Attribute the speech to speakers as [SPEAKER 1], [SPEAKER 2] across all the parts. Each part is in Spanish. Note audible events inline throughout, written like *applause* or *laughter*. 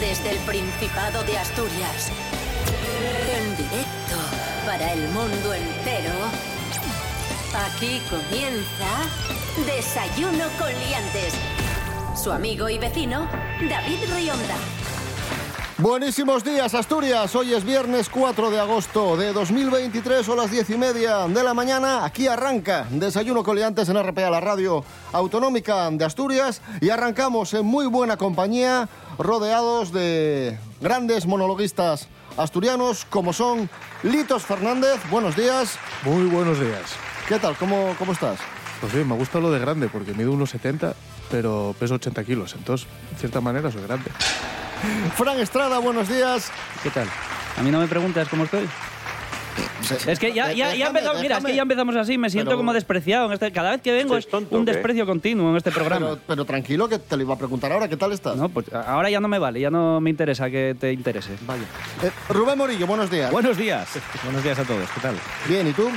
[SPEAKER 1] Desde el Principado de Asturias. En directo para el mundo entero. Aquí comienza Desayuno con Liantes. Su amigo y vecino, David Rionda.
[SPEAKER 2] Buenísimos días, Asturias. Hoy es viernes 4 de agosto de 2023, o las 10 y media de la mañana. Aquí arranca Desayuno Coliantes en RPA, la radio autonómica de Asturias. Y arrancamos en muy buena compañía, rodeados de grandes monologuistas asturianos, como son Litos Fernández. Buenos días.
[SPEAKER 3] Muy buenos días.
[SPEAKER 2] ¿Qué tal? ¿Cómo, cómo estás?
[SPEAKER 3] Pues bien, me gusta lo de grande porque mido unos 70, pero peso 80 kilos. Entonces, de cierta manera, soy grande.
[SPEAKER 2] Fran Estrada, buenos días.
[SPEAKER 4] ¿Qué tal? A mí no me preguntas cómo estoy. Es que ya, ya, ya
[SPEAKER 2] Déjame,
[SPEAKER 4] empezamos, mira, es que
[SPEAKER 2] déjame.
[SPEAKER 4] ya empezamos así, me siento
[SPEAKER 2] Pero-
[SPEAKER 4] como despreciado. en este- cada vez que vengo es
[SPEAKER 5] ¿Estáis tonto
[SPEAKER 4] un
[SPEAKER 5] o qué?
[SPEAKER 4] desprecio continuo en este
[SPEAKER 2] Pero,
[SPEAKER 4] programa.
[SPEAKER 2] pero tranquilo, que te lo iba a preguntar ahora. ¿Qué tal estás?
[SPEAKER 4] No, pues a- ahora ya no me vale, ya no me interesa que te interese.
[SPEAKER 2] Vaya. Eh, Rubén Morillo, buenos días.
[SPEAKER 6] Buenos días. Buenos días a todos. ¿Qué tal? *laughs*
[SPEAKER 2] Bien, ¿y tú?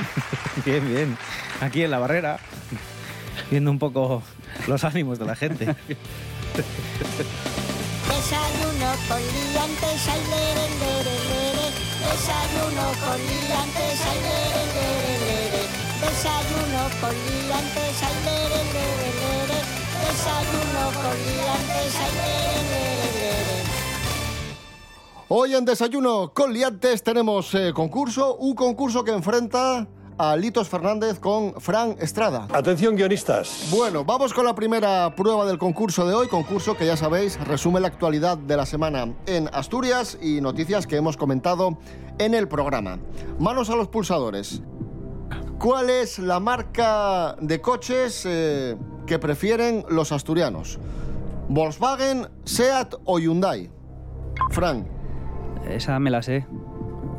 [SPEAKER 6] Bien, bien. Aquí en la barrera, viendo un poco los ánimos de la gente.
[SPEAKER 7] Desayuno con liantes, ay, lere, lere, lere. Desayuno con liantes, ay, lere, lere, lere. Desayuno con liantes, ay, lere, lere, lere. Desayuno con liantes, ay, lere, lere, lere.
[SPEAKER 2] Hoy en Desayuno con Liantes tenemos eh, concurso, un concurso que enfrenta a Litos Fernández con Fran Estrada.
[SPEAKER 8] Atención guionistas.
[SPEAKER 2] Bueno, vamos con la primera prueba del concurso de hoy, concurso que ya sabéis resume la actualidad de la semana en Asturias y noticias que hemos comentado en el programa. Manos a los pulsadores. ¿Cuál es la marca de coches eh, que prefieren los asturianos? ¿Volkswagen, Seat o Hyundai? Fran,
[SPEAKER 4] Esa me la sé.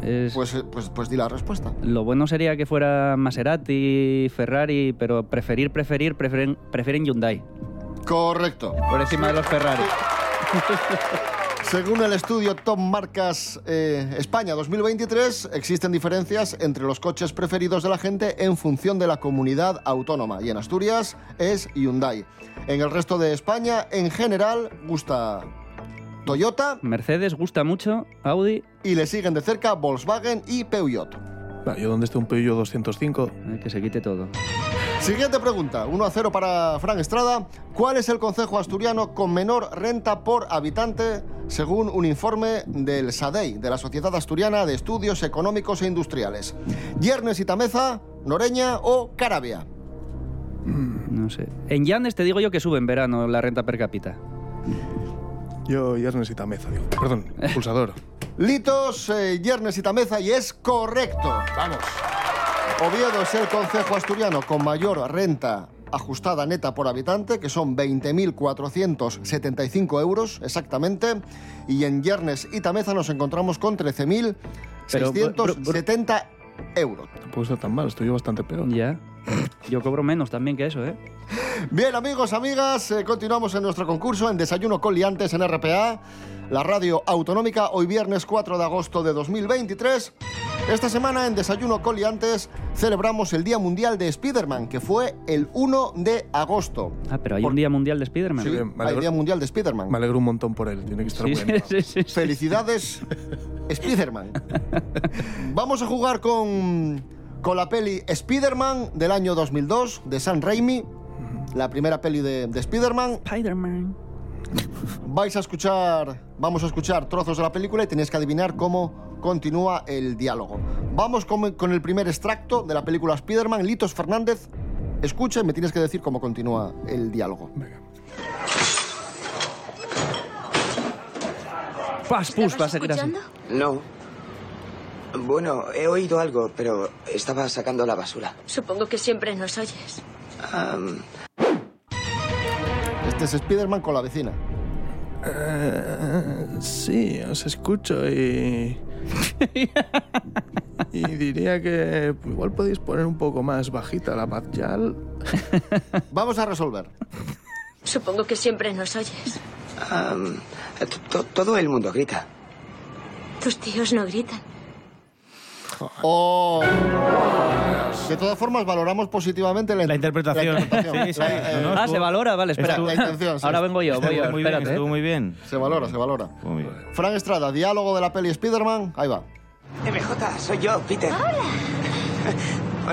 [SPEAKER 4] Es-
[SPEAKER 2] pues, eh, pues, pues di la respuesta.
[SPEAKER 4] Lo bueno sería que fuera Maserati, Ferrari, pero preferir, preferir, prefieren, prefieren Hyundai.
[SPEAKER 2] Correcto.
[SPEAKER 4] Por encima de los Ferrari.
[SPEAKER 2] Según el estudio Top Marcas eh, España 2023, existen diferencias entre los coches preferidos de la gente en función de la comunidad autónoma. Y en Asturias es Hyundai. En el resto de España, en general, gusta Toyota
[SPEAKER 4] Mercedes gusta mucho, Audi,
[SPEAKER 2] y le siguen de cerca Volkswagen y Peugeot.
[SPEAKER 3] Va, Yo donde esté un Peugeot 205,
[SPEAKER 4] eh, que se quite todo.
[SPEAKER 2] Siguiente pregunta, 1 a 0 para Fran Estrada. ¿Cuál es el concejo asturiano con menor renta por habitante según un informe del SADEI, de la Sociedad Asturiana de Estudios Económicos e Industriales? ¿Yernes y Tameza, Noreña o Carabia?
[SPEAKER 4] No sé. En Llanes te digo yo que sube en verano la renta per cápita.
[SPEAKER 3] yo ya necesito meza, digo. Perdón, pulsador.
[SPEAKER 2] Litos, eh, Yernes y Tameza y es correcto. Vamos. Oviedo es el concejo asturiano con mayor renta ajustada neta por habitante, que son 20.475 euros exactamente, y en Yernes y Tameza nos encontramos con
[SPEAKER 4] Pero, br- br-
[SPEAKER 2] 13.670 euros.
[SPEAKER 3] Tampoco está tan mal, estoy yo bastante peor.
[SPEAKER 4] Ya. Yo cobro menos también que eso, ¿eh?
[SPEAKER 2] Bien, amigos, amigas, eh, continuamos en nuestro concurso en Desayuno con Liantes en RPA, la radio autonómica, hoy viernes 4 de agosto de 2023. Esta semana en Desayuno con Liantes celebramos el Día Mundial de Spider-Man, que fue el 1 de agosto.
[SPEAKER 4] Ah, pero hay
[SPEAKER 2] Por-
[SPEAKER 4] un día mundial de Spiderman.
[SPEAKER 2] Sí,
[SPEAKER 3] bien, me
[SPEAKER 2] hay
[SPEAKER 3] alegro.
[SPEAKER 2] Día Mundial de Spider-Man.
[SPEAKER 3] Me alegro un montón por él, tiene que estar
[SPEAKER 4] Sí,
[SPEAKER 3] muy
[SPEAKER 4] sí,
[SPEAKER 3] animado.
[SPEAKER 4] *laughs* sí, sí, sí.
[SPEAKER 2] Felicidades, Spider-Man. Vamos a jugar con, con la peli Spider-Man del año 2002 de San Raimi, la primera peli de, de Spider-Man.
[SPEAKER 4] Spiderman.
[SPEAKER 2] Vais a escuchar, vamos a escuchar trozos de la película y tenéis que adivinar cómo continúa el diálogo. Vamos con, con el primer extracto de la película Spider-Man. Litos Fernández, escucha y me tienes que decir cómo continúa el diálogo.
[SPEAKER 4] Pas, pus, va a seguir así.
[SPEAKER 9] No. Bueno, he oído algo, pero estaba sacando la basura.
[SPEAKER 7] Supongo que siempre nos oyes.
[SPEAKER 9] Am,
[SPEAKER 2] Este es Spider-Man con la vecina.
[SPEAKER 3] Eh, sí, os escucho
[SPEAKER 4] *laughs*
[SPEAKER 3] y... y diría que igual podéis poner un poco más bajita la pazchal.
[SPEAKER 2] Vamos a resolver.
[SPEAKER 7] Supongo que siempre nos oyes.
[SPEAKER 9] am, to- to- todo el mundo grita.
[SPEAKER 7] Tus tíos no gritan.
[SPEAKER 2] Oh. De todas formas, valoramos positivamente la,
[SPEAKER 6] La interpretación.
[SPEAKER 2] interpretación.
[SPEAKER 6] Sí, sí.
[SPEAKER 2] La- eh,
[SPEAKER 6] No, no,
[SPEAKER 4] Ah, se valora, vale, espera.
[SPEAKER 2] Estuvo- la intención, sí.
[SPEAKER 4] Ahora vengo yo, voy yo,
[SPEAKER 6] Estuvo muy bien,
[SPEAKER 4] espérate.
[SPEAKER 6] estuvo muy bien.
[SPEAKER 2] Se valora, se valora.
[SPEAKER 6] Estuvo muy bien.
[SPEAKER 2] Fran Estrada, diálogo de la peli Spider-Man. Ahí va.
[SPEAKER 9] MJ, soy yo, Peter. Hola.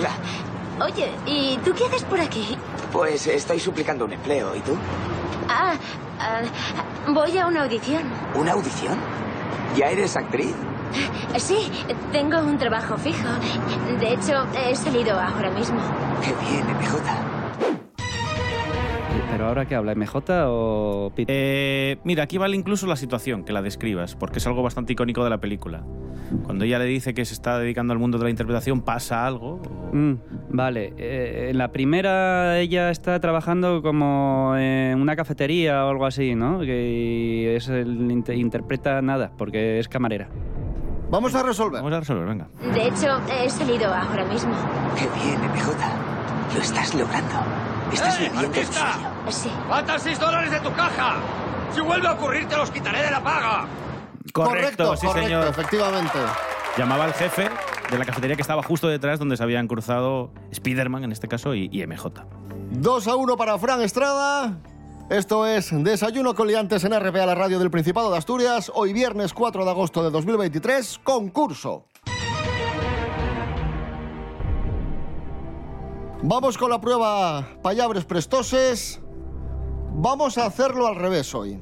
[SPEAKER 9] Hola.
[SPEAKER 5] Oye, ¿y tú qué haces por aquí?
[SPEAKER 9] Pues estoy suplicando un empleo. ¿Y tú?
[SPEAKER 5] Ah, ah, voy a una audición.
[SPEAKER 9] ¿Una audición? ¿Ya eres actriz?
[SPEAKER 5] Sí, tengo un trabajo fijo. De hecho, he salido ahora mismo.
[SPEAKER 9] Qué bien, MJ.
[SPEAKER 4] ¿eh? Pero ahora qué habla, MJ o Pete?
[SPEAKER 6] Eh, mira, aquí vale incluso la situación, que la describas, porque es algo bastante icónico de la película. Cuando ella le dice que se está dedicando al mundo de la interpretación, pasa algo. o-
[SPEAKER 4] Mm, vale, eh, en la primera ella está trabajando como en una cafetería o algo así, ¿no? Que es el, inter- interpreta nada, porque es camarera.
[SPEAKER 2] Vamos a resolver.
[SPEAKER 6] Vamos a resolver, venga.
[SPEAKER 5] De hecho, he salido ahora mismo.
[SPEAKER 9] Qué bien, MJ. Lo estás logrando. Estás viviendo el sueño.
[SPEAKER 5] Sí.
[SPEAKER 6] sí,
[SPEAKER 2] correcto,
[SPEAKER 6] señor.
[SPEAKER 2] efectivamente.
[SPEAKER 6] Llamaba al jefe de la cafetería que estaba justo detrás donde se habían cruzado Spider-Man, en este caso, y, y MJ.
[SPEAKER 2] 2 a 1 para Fran Estrada. Esto es Desayuno con Liantes en RPA, la radio del Principado de Asturias. Hoy viernes 4 de agosto de 2023, concurso. Vamos con la prueba Payabres Prestoses. Vamos a hacerlo al revés hoy.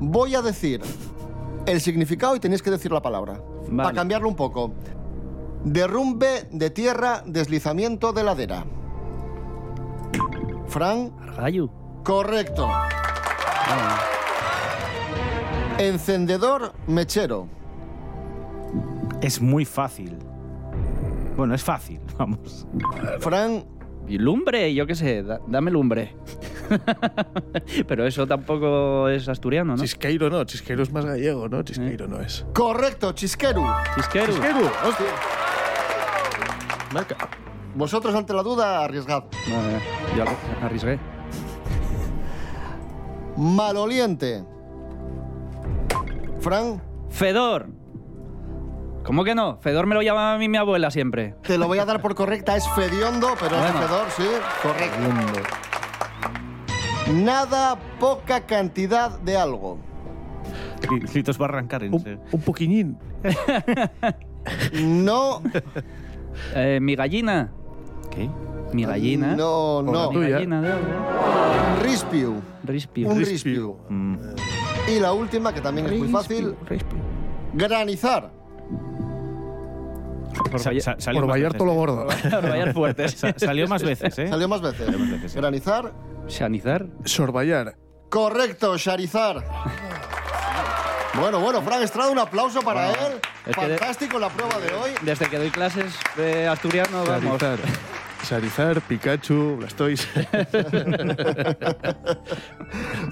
[SPEAKER 2] Voy a decir el significado y tenéis que decir la palabra.
[SPEAKER 4] Vale.
[SPEAKER 2] Para cambiarlo un poco. Derrumbe de tierra, deslizamiento de ladera. Fran,
[SPEAKER 4] Argayu.
[SPEAKER 2] correcto. Encendedor, mechero.
[SPEAKER 6] Es muy fácil. Bueno, es fácil, *laughs* vamos.
[SPEAKER 2] Fran,
[SPEAKER 4] Y lumbre, yo qué sé, da- dame lumbre. *laughs* Pero eso tampoco es asturiano, ¿no? Eh.
[SPEAKER 3] Chisqueiro no, Chisqueiro es más gallego, ¿no? Chisqueiro no es.
[SPEAKER 2] correcto, chisqueru.
[SPEAKER 4] Chisqueru.
[SPEAKER 3] ¡Chisqueiro! ¡Hostia! Marca.
[SPEAKER 2] Vosotros ante la duda arriesgad.
[SPEAKER 4] Vale, ya lo arriesgué.
[SPEAKER 2] Maloliente. Fran,
[SPEAKER 4] Fedor. ¿Cómo que no? Fedor me lo llamaba a mí mi abuela siempre.
[SPEAKER 2] te lo voy a dar por correcta. Es Fediondo, pero es
[SPEAKER 4] Bueno.
[SPEAKER 2] fedor, sí. Correcto. Nada, poca cantidad de algo.
[SPEAKER 6] Litos Barrancar, en
[SPEAKER 3] Un, un poquiñín.
[SPEAKER 2] No,
[SPEAKER 4] Eh, mi gallina.
[SPEAKER 6] ¿Qué?
[SPEAKER 4] Mi gallina.
[SPEAKER 2] no, no.
[SPEAKER 4] Mi
[SPEAKER 3] Tuya.
[SPEAKER 4] gallina de oro.
[SPEAKER 2] Rispiu.
[SPEAKER 4] Rispio.
[SPEAKER 2] Un rispiu.
[SPEAKER 6] Mm,
[SPEAKER 2] Y la última, que también es muy fácil. Granizar.
[SPEAKER 4] Por
[SPEAKER 6] sa-
[SPEAKER 4] Valle-
[SPEAKER 6] sa- salió
[SPEAKER 3] Por
[SPEAKER 6] más
[SPEAKER 3] Vallarto
[SPEAKER 6] veces,
[SPEAKER 3] lo gordo.
[SPEAKER 4] *laughs* por Vallar
[SPEAKER 6] *laughs* ¿eh?
[SPEAKER 4] fuertes.
[SPEAKER 6] Sa- Salió más veces, ¿eh?
[SPEAKER 2] Salió más veces.
[SPEAKER 6] más veces, sí.
[SPEAKER 2] Granizar.
[SPEAKER 4] Sanizar.
[SPEAKER 3] Sorbayar.
[SPEAKER 2] Correcto, Charizar. Bueno, bueno, Frank Estrada, un aplauso para él.
[SPEAKER 4] es que de-
[SPEAKER 2] Fantástico la prueba de hoy.
[SPEAKER 4] Desde que doy clases de asturiano, vamos.
[SPEAKER 3] Charizard. Charizard, Pikachu, *laughs* Blastoise.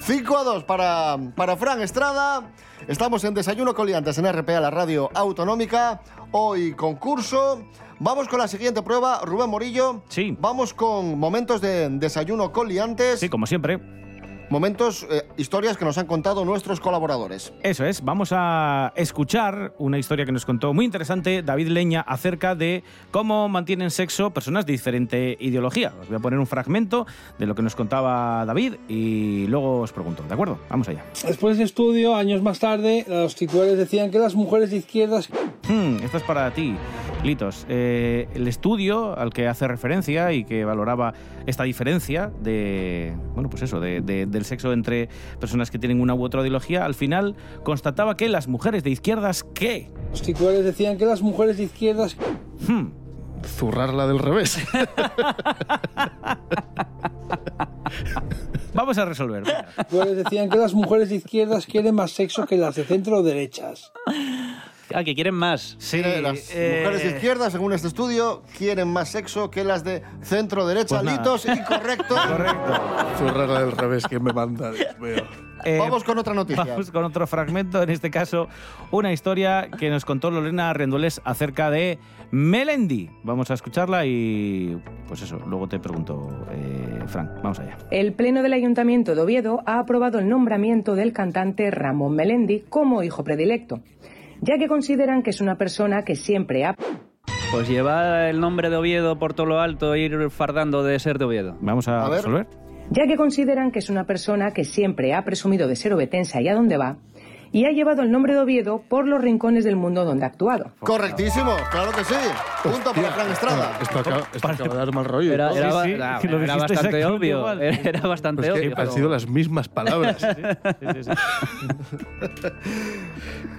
[SPEAKER 2] 5 a 2 para, para Fran Estrada. Estamos en Desayuno Coliantes en RPA, la radio autonómica. Hoy concurso. Vamos con la siguiente prueba, Rubén Morillo.
[SPEAKER 6] Sí.
[SPEAKER 2] Vamos con momentos de Desayuno Coliantes.
[SPEAKER 6] Sí, como siempre.
[SPEAKER 2] Momentos, eh, historias que nos han contado nuestros colaboradores.
[SPEAKER 6] Eso es, vamos a escuchar una historia que nos contó muy interesante David Leña acerca de cómo mantienen sexo personas de diferente ideología. Os voy a poner un fragmento de lo que nos contaba David y luego os pregunto, ¿de acuerdo? Vamos allá.
[SPEAKER 8] Después de estudio, años más tarde, los titulares decían que las mujeres de izquierdas
[SPEAKER 6] Hmm, esta es para ti, Litos. Eh, el estudio al que hace referencia y que valoraba esta diferencia de, bueno, pues eso, de- de- del sexo entre personas que tienen una u otra ideología, al final constataba que las mujeres de izquierdas, ¿qué?
[SPEAKER 8] los titulares decían que las mujeres de izquierdas
[SPEAKER 6] Hmm,
[SPEAKER 3] Zurrarla del *laughs* revés.
[SPEAKER 6] vamos a resolver. venga.
[SPEAKER 8] los titulares decían que las mujeres de izquierdas quieren más sexo que las de centro o derechas.
[SPEAKER 4] *laughs* Ah, que quieren más.
[SPEAKER 6] Sí,
[SPEAKER 2] Mira, las
[SPEAKER 6] eh,
[SPEAKER 2] mujeres de izquierda, según este estudio, quieren más sexo que las de centro derecha.
[SPEAKER 6] Pues nada.
[SPEAKER 2] Litos, incorrecto.
[SPEAKER 6] Correcto.
[SPEAKER 3] Zurrarla del revés, ¿quién me manda? Dios mío.
[SPEAKER 6] *laughs* Eh,
[SPEAKER 2] Vamos con otra noticia.
[SPEAKER 6] Vamos con otro fragmento, en este caso una historia que nos contó Lorena Rendueles acerca de Melendi. Vamos a escucharla y pues eso, luego te pregunto, eh, Frank, vamos allá.
[SPEAKER 10] El Pleno del Ayuntamiento de Oviedo ha aprobado el nombramiento del cantante Ramón Melendi como hijo predilecto, ya que consideran que es una persona que siempre ha
[SPEAKER 4] Pues llevar el nombre de Oviedo por todo lo alto e ir fardando de ser de Oviedo.
[SPEAKER 6] Vamos a, resolver.
[SPEAKER 10] ya que consideran que es una persona que siempre ha presumido de ser obetensa y a dónde va, y ha llevado el nombre de Oviedo por los rincones del mundo donde ha actuado.
[SPEAKER 2] Correctísimo, claro que sí. Punto para Fran Estrada.
[SPEAKER 3] Esto acaba, esto acaba de dar mal rollo.
[SPEAKER 4] Era,
[SPEAKER 3] ¿no?
[SPEAKER 4] era ba- era- era bastante obvio. Era bastante
[SPEAKER 3] Pues que
[SPEAKER 4] obvio.
[SPEAKER 3] han sido las mismas palabras. *laughs*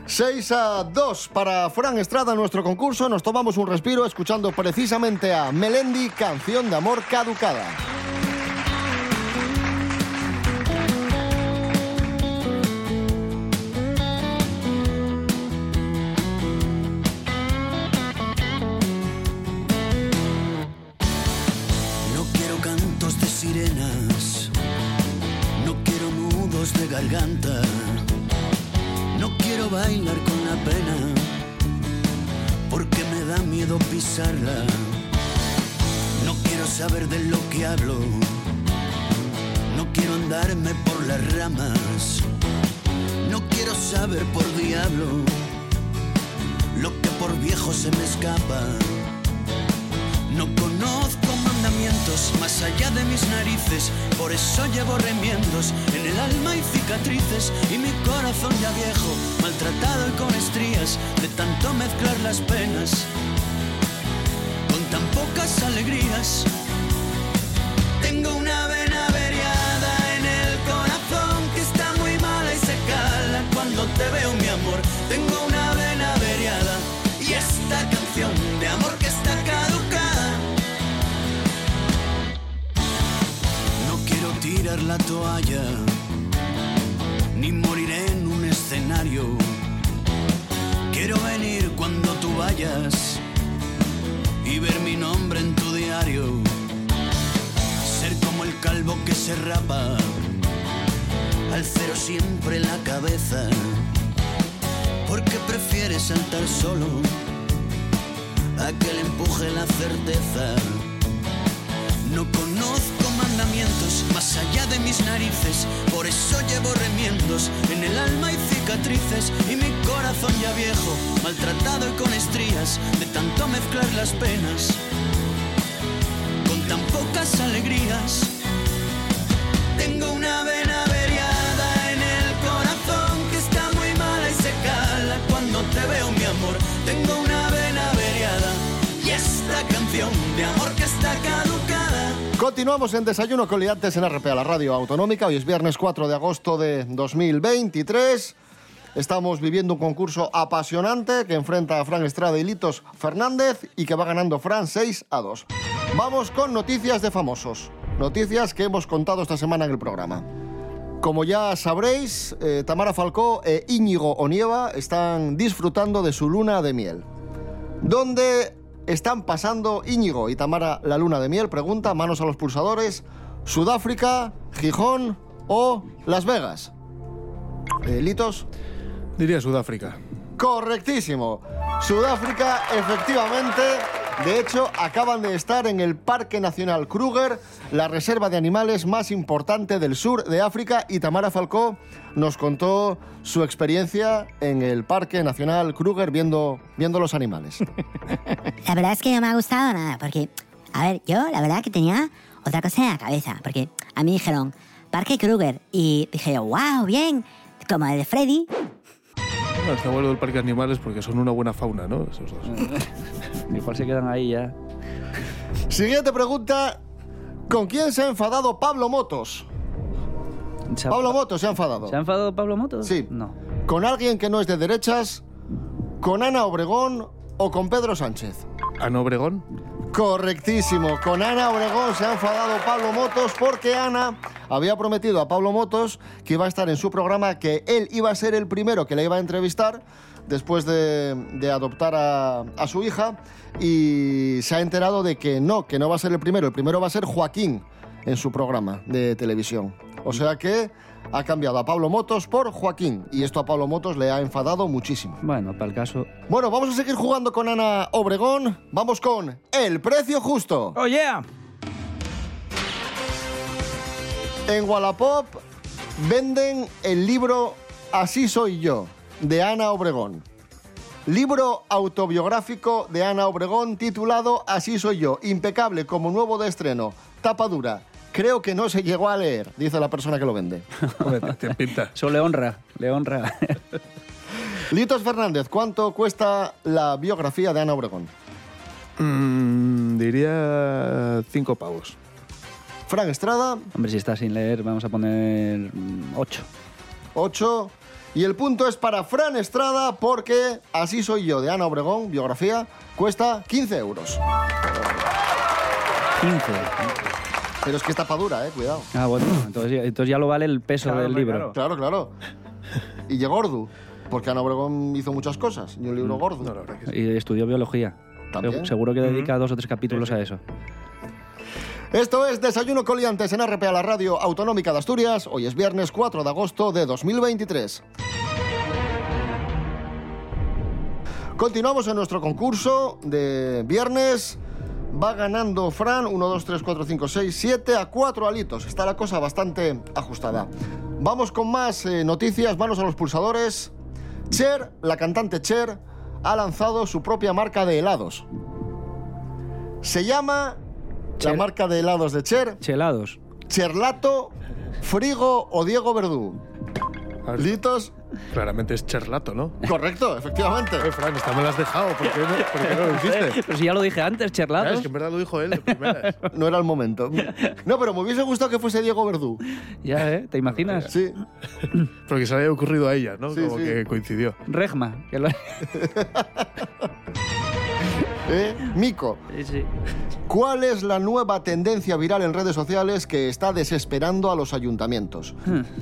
[SPEAKER 2] 6 a 2 para Fran Estrada en nuestro concurso. Nos tomamos un respiro escuchando precisamente a Melendi, canción de amor caducada.
[SPEAKER 11] No quiero cantos de sirenas, no quiero nudos de garganta, no quiero bailar con la pena, porque me da miedo pisarla. No quiero saber de lo que hablo, no quiero andarme por las ramas, no quiero saber por diablo lo que por viejo se me escapa. No conozco mandamientos más allá de mis narices, por eso llevo remiendos en el alma y cicatrices y mi corazón ya viejo, maltratado y con estrías de tanto mezclar las penas con tan pocas alegrías. Tengo una vena averiada en el corazón que está muy mala y se cala cuando te veo, mi amor. Tengo una vena averiada y esta canción de amor que está caducada. No quiero tirar la toalla, ni moriré en un escenario. Quiero venir cuando tú vayas y ver mi nombre en tu diario ser como el calvo que se rapa, al cero siempre la cabeza, porque prefiere saltar solo a que le empuje la certeza. No conozco mandamientos más allá de mis narices, por eso llevo remiendos en el alma y cicatrices y mi corazón ya viejo, maltratado y con estrías de tanto mezclar las penas con tan pocas alegrías. Tengo una vena averiada en el corazón que está muy mala y se cala cuando te veo, mi amor. Tengo una vena averiada y esta canción de amor que está caducada.
[SPEAKER 2] Continuamos en Desayuno con Liantes en RPA, la radio autonómica. Hoy es viernes 4 de agosto de 2023. Estamos viviendo un concurso apasionante que enfrenta a Fran Estrada y Litos Fernández y que va ganando Fran 6 a 2. Vamos con noticias de famosos. Noticias que hemos contado esta semana en el programa. Como ya sabréis, eh, Tamara Falcó e Íñigo Onieva están disfrutando de su luna de miel. ¿Dónde están pasando Íñigo y Tamara la luna de miel? Pregunta, manos a los pulsadores. ¿Sudáfrica, Gijón o Las Vegas? Eh, ¿Litos?
[SPEAKER 3] Diría Sudáfrica.
[SPEAKER 2] Correctísimo. Sudáfrica, efectivamente. De hecho, acaban de estar en el Parque Nacional Kruger, la reserva de animales más importante del sur de África, y Tamara Falcó nos contó su experiencia en el Parque Nacional Kruger viendo, viendo los animales.
[SPEAKER 12] La verdad es que no me ha gustado nada, porque, a ver, yo la verdad que tenía otra cosa en la cabeza, porque a mí dijeron Parque Kruger y dije, wow, bien, como el de Freddy.
[SPEAKER 3] Bueno, está bueno del parque de animales porque son una buena fauna, ¿no? Esos dos.
[SPEAKER 4] Igual se quedan ahí ya.
[SPEAKER 2] Siguiente pregunta. ¿Con quién se ha enfadado Pablo Motos?
[SPEAKER 4] Se ha-
[SPEAKER 2] Pablo Motos se ha enfadado.
[SPEAKER 4] ¿Se ha enfadado Pablo Motos?
[SPEAKER 2] Sí.
[SPEAKER 4] No.
[SPEAKER 2] ¿Con alguien que no es de derechas? ¿Con Ana Obregón o con Pedro Sánchez?
[SPEAKER 3] ¿Ana Obregón?
[SPEAKER 2] Correctísimo. Con Ana Obregón se ha enfadado Pablo Motos porque Ana había prometido a Pablo Motos que iba a estar en su programa, que él iba a ser el primero que le iba a entrevistar después de, de adoptar a, a su hija y se ha enterado de que no, que no va a ser el primero, el primero va a ser Joaquín en su programa de televisión. O sea que ha cambiado a Pablo Motos por Joaquín y esto a Pablo Motos le ha enfadado muchísimo.
[SPEAKER 4] Bueno, para el caso.
[SPEAKER 2] Bueno, vamos a seguir jugando con Ana Obregón. Vamos con El Precio Justo.
[SPEAKER 6] ¡Oh, yeah!
[SPEAKER 2] En Wallapop venden el libro Así soy yo, de Ana Obregón. Libro autobiográfico de Ana Obregón titulado Así soy yo, impecable como nuevo de estreno, tapa dura. Creo que no se llegó a leer, dice la persona que lo vende. *laughs*
[SPEAKER 3] te pinta.
[SPEAKER 4] Eso le honra, le honra.
[SPEAKER 2] Litos Fernández, ¿cuánto cuesta la biografía de Ana Obregón?
[SPEAKER 3] Mm, diría cinco pavos.
[SPEAKER 2] Frank Estrada,
[SPEAKER 4] Hombre, si está sin leer, vamos a poner mm, 8.
[SPEAKER 2] 8. Y el punto es para Fran Estrada porque Así soy yo de Ana Obregón, biografía, cuesta 15 euros.
[SPEAKER 4] 15.
[SPEAKER 2] Pero es que es tapadura, eh, cuidado.
[SPEAKER 4] Ah, bueno, entonces, ya- entonces ya lo vale el peso del libro.
[SPEAKER 2] Claro, claro. Y llegó Gordu, porque Ana Obregón hizo muchas cosas, y un libro gordo.
[SPEAKER 4] Y estudió biología.
[SPEAKER 2] También.
[SPEAKER 4] Se- Seguro que dedica dos o tres capítulos a eso.
[SPEAKER 2] Esto es Desayuno Coliantes en RPA, la radio autonómica de Asturias. Hoy es viernes 4 de agosto de 2023. Continuamos en nuestro concurso de viernes. Va ganando Fran 1, 2, 3, 4, 5, 6, 7 a 4 alitos. Está la cosa bastante ajustada. Vamos con más eh, noticias, manos a los pulsadores. Cher, la cantante Cher, ha lanzado su propia marca de helados. Se llama la marca de helados de Cher.
[SPEAKER 4] Chelados. *laughs*
[SPEAKER 2] Cherlato, Frigo o Diego Verdú. Litos.
[SPEAKER 3] Claramente es Cherlato, ¿no?
[SPEAKER 2] Correcto, efectivamente.
[SPEAKER 3] Eh, Fran, esta me la has dejado. ¿Por qué no, por qué no lo *laughs* hiciste?
[SPEAKER 4] Pero si ya lo dije
[SPEAKER 3] Claro,
[SPEAKER 4] antes,
[SPEAKER 3] es
[SPEAKER 4] Cherlados.
[SPEAKER 3] que en verdad lo dijo él de primeras.
[SPEAKER 2] No era el momento. No, pero me hubiese gustado que fuese Diego Verdú.
[SPEAKER 4] Ya, ¿eh? ¿Te imaginas?
[SPEAKER 2] Sí.
[SPEAKER 3] Porque se le había ocurrido a ella, ¿no?
[SPEAKER 2] Sí,
[SPEAKER 3] Como
[SPEAKER 2] sí.
[SPEAKER 3] que coincidió.
[SPEAKER 4] Regma. que lo- *laughs*
[SPEAKER 2] ¿Eh? Mico, ¿cuál es la nueva tendencia viral en redes sociales que está desesperando a los ayuntamientos?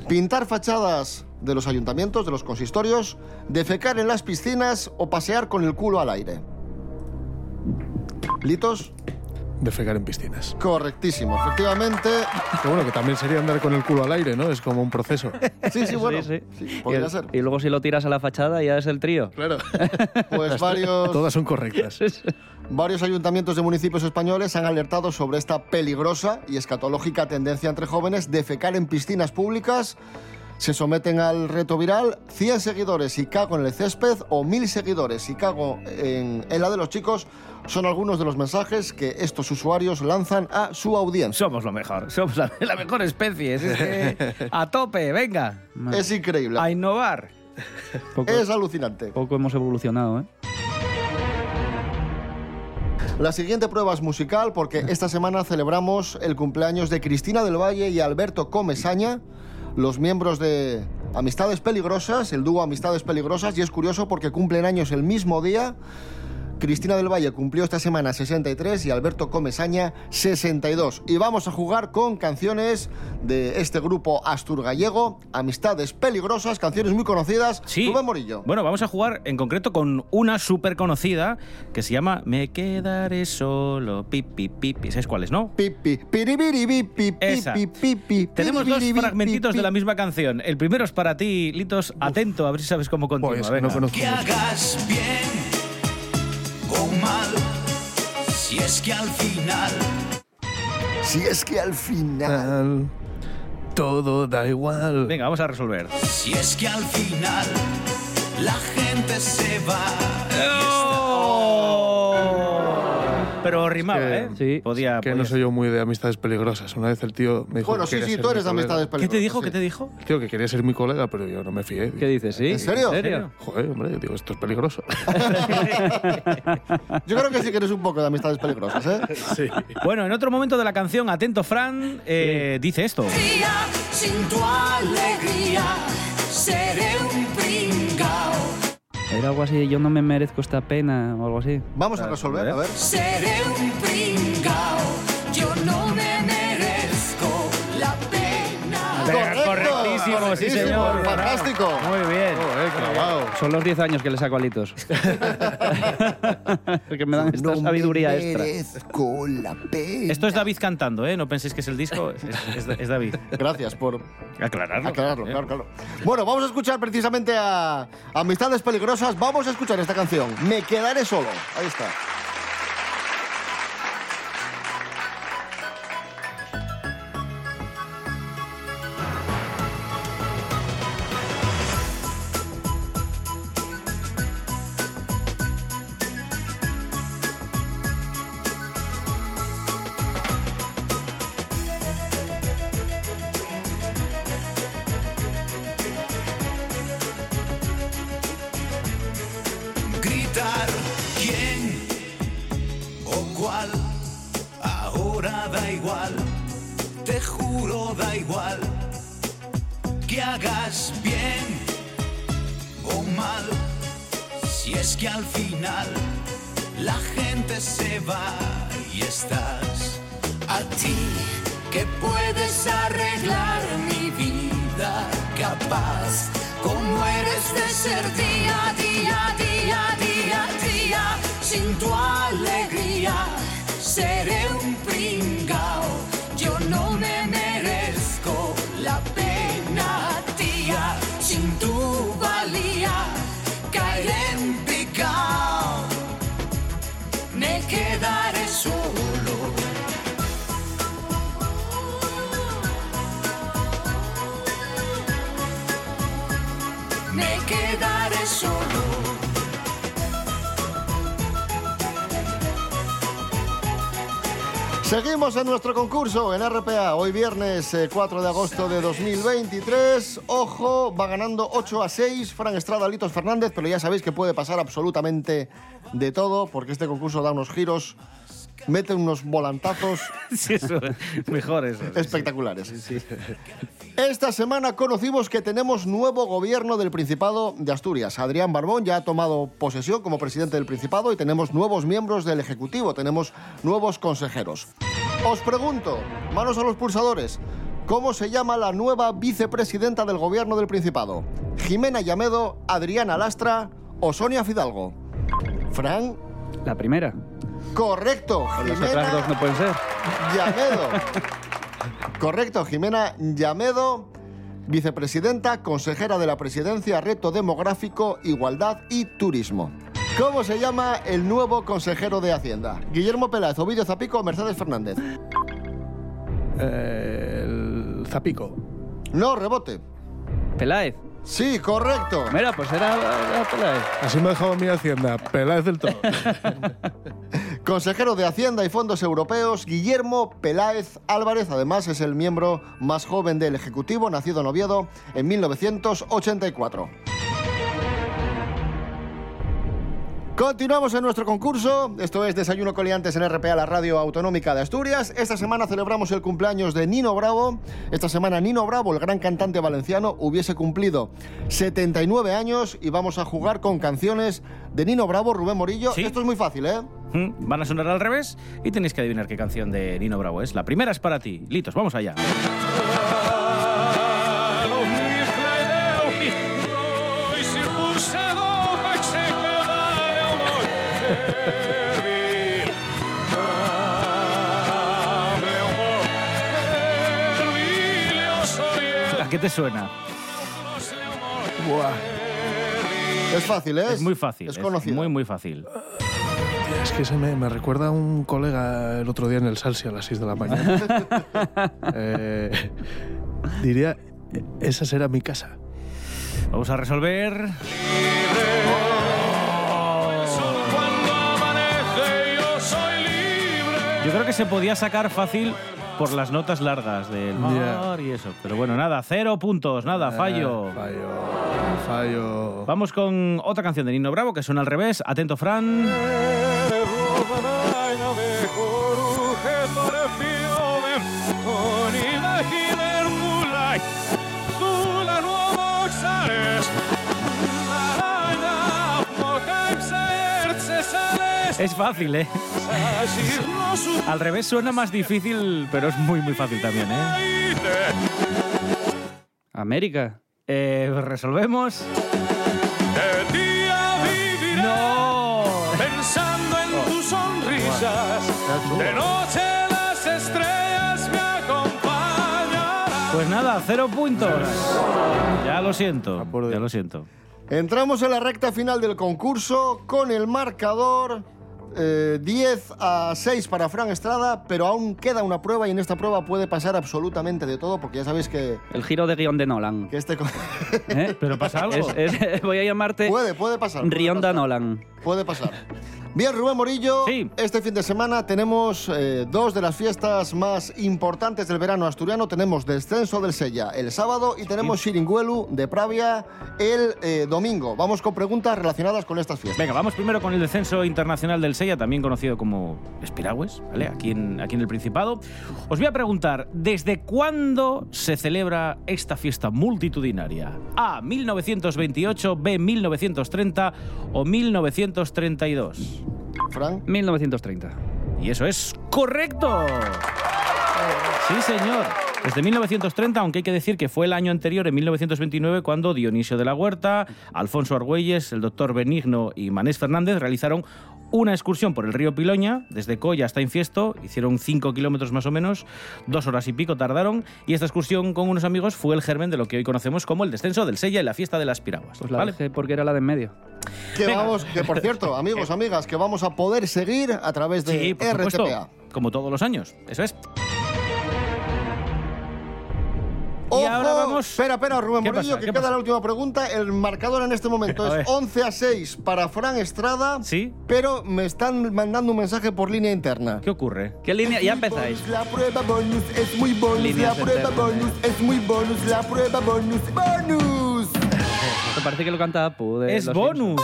[SPEAKER 2] ¿Pintar fachadas de los ayuntamientos, de los consistorios? ¿Defecar en las piscinas o pasear con el culo al aire? ¿Litos?
[SPEAKER 3] Defecar en piscinas.
[SPEAKER 2] Correctísimo, efectivamente.
[SPEAKER 3] Que bueno, que también sería andar con el culo al aire, ¿no? Es como un proceso.
[SPEAKER 2] Sí, sí, bueno. sí, podría
[SPEAKER 4] y,
[SPEAKER 2] ser.
[SPEAKER 4] y luego si lo tiras a la fachada ya es el trío.
[SPEAKER 3] Claro.
[SPEAKER 2] *laughs* Pues varios...
[SPEAKER 3] *laughs* Todas son correctas.
[SPEAKER 2] Varios ayuntamientos de municipios españoles han alertado sobre esta peligrosa y escatológica tendencia entre jóvenes de fecar en piscinas públicas. Se someten al reto viral 100 seguidores y cago en el césped o 1000 seguidores y cago en, en la de los chicos. Son algunos de los mensajes que estos usuarios lanzan a su audiencia.
[SPEAKER 6] Somos lo mejor, somos la, la mejor especie.
[SPEAKER 4] *laughs*
[SPEAKER 6] es que- a tope, venga.
[SPEAKER 2] Es increíble.
[SPEAKER 6] A innovar.
[SPEAKER 4] Poco,
[SPEAKER 2] Es alucinante.
[SPEAKER 4] poco hemos evolucionado, ¿eh?
[SPEAKER 2] La siguiente prueba es musical porque esta semana celebramos el cumpleaños de Cristina del Valle y Alberto Comesaña, los miembros de Amistades Peligrosas, el dúo Amistades Peligrosas, y es curioso porque cumplen años el mismo día. Cristina del Valle cumplió esta semana 63 y Alberto Comesaña 62. Y vamos a jugar con canciones de este grupo Astur Gallego, Amistades Peligrosas, canciones muy conocidas.
[SPEAKER 6] Sí.
[SPEAKER 2] Rubén Morillo.
[SPEAKER 6] Bueno, vamos a jugar en concreto con una súper conocida que se llama Me quedaré solo, pipi, pipi. ¿Sabes cuáles, no?
[SPEAKER 2] Pipi, piribiribi, pipi,
[SPEAKER 6] Esa.
[SPEAKER 2] pipi, pipi,
[SPEAKER 6] Tenemos dos
[SPEAKER 2] piribiribi,
[SPEAKER 6] fragmentitos
[SPEAKER 2] pipi.
[SPEAKER 6] de la misma canción. El primero es para ti, Litos. Atento, a ver si sabes cómo continúa.
[SPEAKER 3] Pues,
[SPEAKER 6] venga.
[SPEAKER 3] no conozco
[SPEAKER 11] Que hagas bien o mal, si es que al final
[SPEAKER 2] Si es que al final.
[SPEAKER 6] Ah,
[SPEAKER 3] Todo da igual.
[SPEAKER 6] Venga, vamos a resolver.
[SPEAKER 11] Si es que al final la gente se va.
[SPEAKER 6] Pero rimaba, ¿eh?
[SPEAKER 4] Sí.
[SPEAKER 6] Podía,
[SPEAKER 3] Que no
[SPEAKER 6] podía.
[SPEAKER 3] soy yo muy de amistades peligrosas. Una vez el tío me dijo.
[SPEAKER 2] Bueno,
[SPEAKER 3] que
[SPEAKER 2] sí,
[SPEAKER 3] quería
[SPEAKER 2] sí,
[SPEAKER 3] ser
[SPEAKER 2] tú
[SPEAKER 3] mi
[SPEAKER 2] eres de
[SPEAKER 3] colega.
[SPEAKER 2] amistades
[SPEAKER 6] ¿Qué
[SPEAKER 2] peligrosas.
[SPEAKER 6] te dijo?
[SPEAKER 2] sí.
[SPEAKER 6] ¿Qué te dijo?
[SPEAKER 3] El tío que quería ser mi colega, pero yo no me fié.
[SPEAKER 4] ¿Qué dices? ¿Sí?
[SPEAKER 2] ¿En serio?
[SPEAKER 4] ¿En serio?
[SPEAKER 3] Joder, hombre, digo, esto es peligroso. *laughs*
[SPEAKER 2] Yo creo que sí que eres un poco de amistades peligrosas, ¿eh?
[SPEAKER 3] sí.
[SPEAKER 6] Bueno, en otro momento de la canción, atento, Fran, eh, dice esto.
[SPEAKER 11] Día sin tu alegría, seré un pringao,
[SPEAKER 4] Era algo así, de, yo no me merezco esta pena o algo así.
[SPEAKER 2] Vamos a resolver, a ver.
[SPEAKER 11] seré un pringao. Yo no me merezco la pena.
[SPEAKER 2] Correcto,
[SPEAKER 6] correctísimo, sí, señor.
[SPEAKER 2] Fantástico.
[SPEAKER 6] Muy bien.
[SPEAKER 3] Joder, clavado.
[SPEAKER 4] Son los 10 años que le saco a *laughs* Litos. Porque me dan esta sabiduría extra.
[SPEAKER 2] merezco la pena.
[SPEAKER 6] Esto es David cantando, ¿eh? No penséis que es el disco, es, es- es David.
[SPEAKER 2] Gracias por
[SPEAKER 6] Aclararlo.
[SPEAKER 2] aclararlo, claro, claro. Bueno, vamos a escuchar precisamente a Amistades Peligrosas. Vamos a escuchar esta canción. Me quedaré solo. Ahí está.
[SPEAKER 11] preguntar quién o cuál, ahora da igual, te juro da igual, que hagas bien o mal, si es que al final la gente se va y estás a ti que puedes arreglar mi vida capaz como eres de ser día día día día día sin tu alegría seré un pringao yo no me merezco la pena tía sin tu valía caeré en picao me quedaré solo me quedaré solo.
[SPEAKER 2] Seguimos en nuestro concurso en RPA. Hoy viernes eh, 4 de agosto de 2023. Ojo, va ganando 8 a 6 Fran Estrada, Litos Fernández, pero ya sabéis que puede pasar absolutamente de todo porque este concurso da unos giros, mete unos volantazos.
[SPEAKER 6] *laughs* Sí, eso, mejor eso.
[SPEAKER 2] Espectaculares. Esta semana conocimos que tenemos nuevo gobierno del Principado de Asturias. Adrián Barbón ya ha tomado posesión como presidente del Principado y tenemos nuevos miembros del Ejecutivo, tenemos nuevos consejeros. Os pregunto, manos a los pulsadores, ¿cómo se llama la nueva vicepresidenta del gobierno del Principado? ¿Jimena Llamedo, Adriana Lastra o Sonia Fidalgo? Fran.
[SPEAKER 4] La primera.
[SPEAKER 2] Correcto,
[SPEAKER 4] Las otras
[SPEAKER 2] Jimena
[SPEAKER 4] dos no pueden ser.
[SPEAKER 2] Llamedo. Correcto, Jimena Llamedo, vicepresidenta, consejera de la presidencia, reto demográfico, igualdad y turismo. ¿Cómo se llama el nuevo consejero de Hacienda? Guillermo Peláez, Ovidio Zapico, Mercedes Fernández.
[SPEAKER 3] El Zapico.
[SPEAKER 2] No, rebote.
[SPEAKER 4] Peláez.
[SPEAKER 2] Sí, correcto.
[SPEAKER 4] Mira, pues era, era Peláez.
[SPEAKER 3] Así me ha dejado mi hacienda. Peláez del todo.
[SPEAKER 2] Consejero de Hacienda y Fondos Europeos, Guillermo Peláez Álvarez, además es el miembro más joven del Ejecutivo, nacido en Oviedo en 1984. Continuamos en nuestro concurso. Esto es Desayuno Coliantes en RPA, la radio autonómica de Asturias. Esta semana celebramos el cumpleaños de Nino Bravo. Esta semana Nino Bravo, el gran cantante valenciano, hubiese cumplido 79 años y vamos a jugar con canciones de Nino Bravo, Rubén Morillo. Esto es muy fácil, ¿eh?
[SPEAKER 6] Mm, Van a sonar al revés y tenéis que adivinar qué canción de Nino Bravo es. La primera es para ti. Litos, vamos allá. ¿A qué te suena?
[SPEAKER 2] Es fácil, ¿eh?
[SPEAKER 6] Es muy fácil. Es
[SPEAKER 2] conocido.
[SPEAKER 6] Muy, muy fácil.
[SPEAKER 3] Es que se me, me recuerda a un colega el otro día en el Salsi a las 6 de la mañana. Eh, diría, esa será mi casa.
[SPEAKER 6] Vamos a resolver. Yo creo que se podía sacar fácil por las notas largas del mar y eso. Pero bueno, nada, cero puntos, nada, fallo.
[SPEAKER 3] Ah, fallo, fallo.
[SPEAKER 6] Vamos con otra canción de Nino Bravo que suena al revés. Atento, Fran. Es fácil, ¿eh? Al revés suena más difícil, pero es muy, muy fácil también, ¿eh?
[SPEAKER 4] América.
[SPEAKER 6] Eh, resolvemos.
[SPEAKER 11] No. Pensando en
[SPEAKER 6] Oh.
[SPEAKER 11] tus sonrisas, de noche las estrellas me acompañan.
[SPEAKER 6] Pues nada, cero puntos. Ya lo siento, ya lo siento.
[SPEAKER 2] Entramos en la recta final del concurso con el marcador eh, 10 a 6 para Fran Estrada, pero aún queda una prueba y en esta prueba puede pasar absolutamente de todo porque ya sabéis que,
[SPEAKER 4] El giro de guión de Nolan.
[SPEAKER 2] que *laughs* este... con-
[SPEAKER 4] ¿Eh?
[SPEAKER 6] Pero pasa algo.
[SPEAKER 4] Es- *laughs* es- voy a llamarte
[SPEAKER 2] puede, puede pasar. puede
[SPEAKER 4] Rionda
[SPEAKER 2] pasar.
[SPEAKER 4] Nolan.
[SPEAKER 2] Puede pasar. Bien, Rubén Morillo, este fin de semana tenemos eh, dos de las fiestas más importantes del verano asturiano. Tenemos Descenso del Sella el sábado y tenemos Shiringuelu de Pravia el eh, domingo. Vamos con preguntas relacionadas con estas fiestas.
[SPEAKER 6] Venga, vamos primero con el descenso internacional del Sella, también conocido como Espiragües, ¿vale? Aquí en, aquí en el Principado. Os voy a preguntar, ¿desde cuándo se celebra esta fiesta multitudinaria? A, 1928, B, 1930 o 1932.
[SPEAKER 2] Fran.
[SPEAKER 4] 1930.
[SPEAKER 6] Y eso es correcto. Sí, señor. Desde 1930, aunque hay que decir que fue el año anterior, en 1929, cuando Dionisio de la Huerta, Alfonso Argüelles, el doctor Benigno y Manés Fernández realizaron una excursión por el río Piloña, desde Coya hasta Infiesto, hicieron 5 kilómetros más o menos, dos horas y pico tardaron, y esta excursión con unos amigos fue el germen de lo que hoy conocemos como el descenso del Sella y la fiesta de las piraguas.
[SPEAKER 4] Pues la dejé porque era la de en medio.
[SPEAKER 2] Que vamos, que por
[SPEAKER 6] *laughs*
[SPEAKER 2] cierto, amigos, amigas, que vamos a poder seguir a través de
[SPEAKER 6] Eh. Sí, por
[SPEAKER 2] RTPA.
[SPEAKER 6] supuesto, como todos los años, eso es.
[SPEAKER 2] Ojo, Espera, espera, Rubén
[SPEAKER 6] ¿Qué
[SPEAKER 2] Morillo,
[SPEAKER 6] pasa?
[SPEAKER 2] que
[SPEAKER 6] ¿Qué
[SPEAKER 2] queda
[SPEAKER 6] pasa?
[SPEAKER 2] la última pregunta. El marcador en este
[SPEAKER 6] A
[SPEAKER 2] momento
[SPEAKER 6] ver.
[SPEAKER 2] es 11 a 6 para Fran Estrada. Sí. Pero me están mandando un mensaje por línea interna.
[SPEAKER 6] ¿Qué ocurre?
[SPEAKER 4] ¿Qué línea? Ya empezáis.
[SPEAKER 2] La prueba bonus es muy bonus.
[SPEAKER 4] Líneas
[SPEAKER 2] la prueba
[SPEAKER 4] internas.
[SPEAKER 2] bonus es muy bonus. La prueba bonus. ¡Bonus!
[SPEAKER 4] Me parece que Eh, lo canta Apu. de
[SPEAKER 6] Es
[SPEAKER 4] Los
[SPEAKER 6] bonus.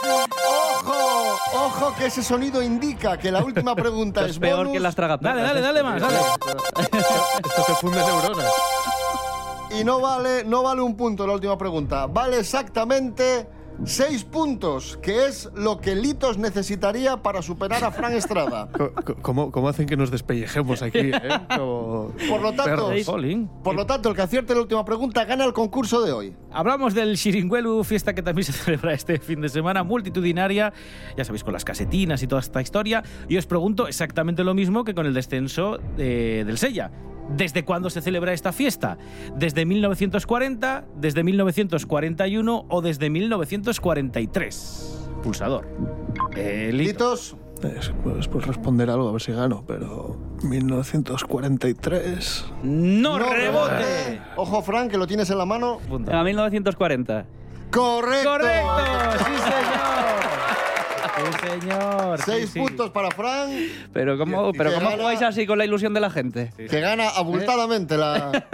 [SPEAKER 2] ¡Ojo! ¡Ojo! Que ese sonido indica que la
[SPEAKER 4] *laughs*
[SPEAKER 2] última pregunta
[SPEAKER 4] Esto
[SPEAKER 2] es,
[SPEAKER 4] es peor
[SPEAKER 2] bonus.
[SPEAKER 4] que las ¿eh? tragaperras.
[SPEAKER 6] Dale, dale, dale más, dale.
[SPEAKER 3] Esto te funde neuronas.
[SPEAKER 2] Y no vale, no vale un punto la última pregunta. Vale exactamente seis puntos, que es lo que Litos necesitaría para superar a Fran Estrada.
[SPEAKER 3] Co- co- ¿Cómo, cómo hacen que nos despellejemos aquí, eh? Como
[SPEAKER 2] Por
[SPEAKER 4] *laughs*
[SPEAKER 2] lo tanto,
[SPEAKER 3] perros.
[SPEAKER 2] por lo tanto, el que acierte la última pregunta gana el concurso de hoy.
[SPEAKER 6] Hablamos del Shiringuelu, fiesta que también *laughs* se celebra este fin de semana, multitudinaria, ya sabéis, con las casetinas y toda esta historia. Y os pregunto exactamente lo mismo que con el descenso eh, del Sella. ¿Desde cuándo se celebra esta fiesta? ¿Desde 1940, desde 1941 o desde 1943? Pulsador. Eh,
[SPEAKER 2] Litos.
[SPEAKER 3] Es- Pues, pues responder algo, a ver si gano, pero. 1943.
[SPEAKER 6] ¡No,
[SPEAKER 2] rebote! Ojo, Fran, que lo tienes en la mano.
[SPEAKER 4] A 1940.
[SPEAKER 2] ¡Correcto! *laughs*
[SPEAKER 6] ¡Correcto! ¡Sí, señor! ¡Sí, señor!
[SPEAKER 2] Seis puntos para Fran,
[SPEAKER 4] Pero ¿cómo, pero
[SPEAKER 2] que
[SPEAKER 4] ¿cómo
[SPEAKER 2] gana-
[SPEAKER 4] jugáis así con la ilusión de la gente?
[SPEAKER 2] que gana abultadamente
[SPEAKER 6] *laughs*
[SPEAKER 2] la-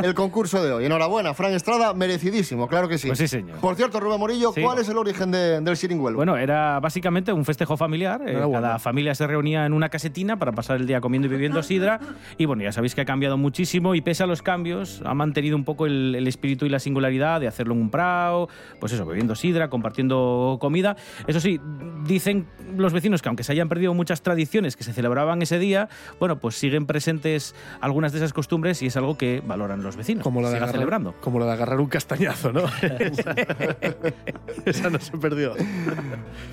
[SPEAKER 2] el concurso de hoy. Enhorabuena, Fran Estrada, merecidísimo, claro que sí.
[SPEAKER 6] Pues sí, señor.
[SPEAKER 2] Por cierto, Rubén Morillo,
[SPEAKER 6] Sí.
[SPEAKER 2] ¿cuál es el origen de- del Siringuelo?
[SPEAKER 6] Bueno, era básicamente un festejo familiar. eh,
[SPEAKER 2] Era
[SPEAKER 6] cada
[SPEAKER 2] bueno.
[SPEAKER 6] familia se reunía en una casetina para pasar el día comiendo y bebiendo sidra. Y bueno, ya sabéis que ha cambiado muchísimo y pese a los cambios, ha mantenido un poco el, el espíritu y la singularidad de hacerlo en un prao, pues eso, bebiendo sidra, compartiendo comida. Eso sí, dicen los vecinos que aunque se hayan perdido muchas tradiciones que se celebraban ese día, bueno, pues siguen presentes algunas de esas costumbres y es algo que valoran los vecinos.
[SPEAKER 3] Como la,
[SPEAKER 6] Se
[SPEAKER 3] de
[SPEAKER 6] va
[SPEAKER 3] agarrar,
[SPEAKER 6] celebrando.
[SPEAKER 3] como la de agarrar un castañazo, ¿no? *laughs* Esa- Esa no se perdió.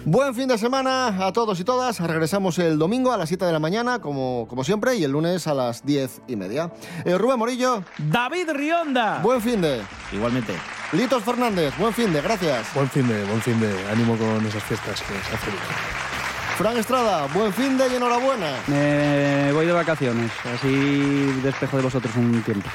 [SPEAKER 2] Buen fin de semana a todos y todas. Regresamos el domingo a las 7 de la mañana, como, como siempre, y el lunes a las 10 y media. Eh, Rubén Morillo.
[SPEAKER 6] David Rionda.
[SPEAKER 2] Buen fin de.
[SPEAKER 6] Igualmente.
[SPEAKER 2] Litos Fernández, buen fin de, gracias.
[SPEAKER 3] Buen fin de, buen fin de. Ánimo con esas fiestas que se hacen.
[SPEAKER 2] Fran Estrada, buen fin de y enhorabuena.
[SPEAKER 4] Me voy de vacaciones, así despejo de vosotros un tiempo.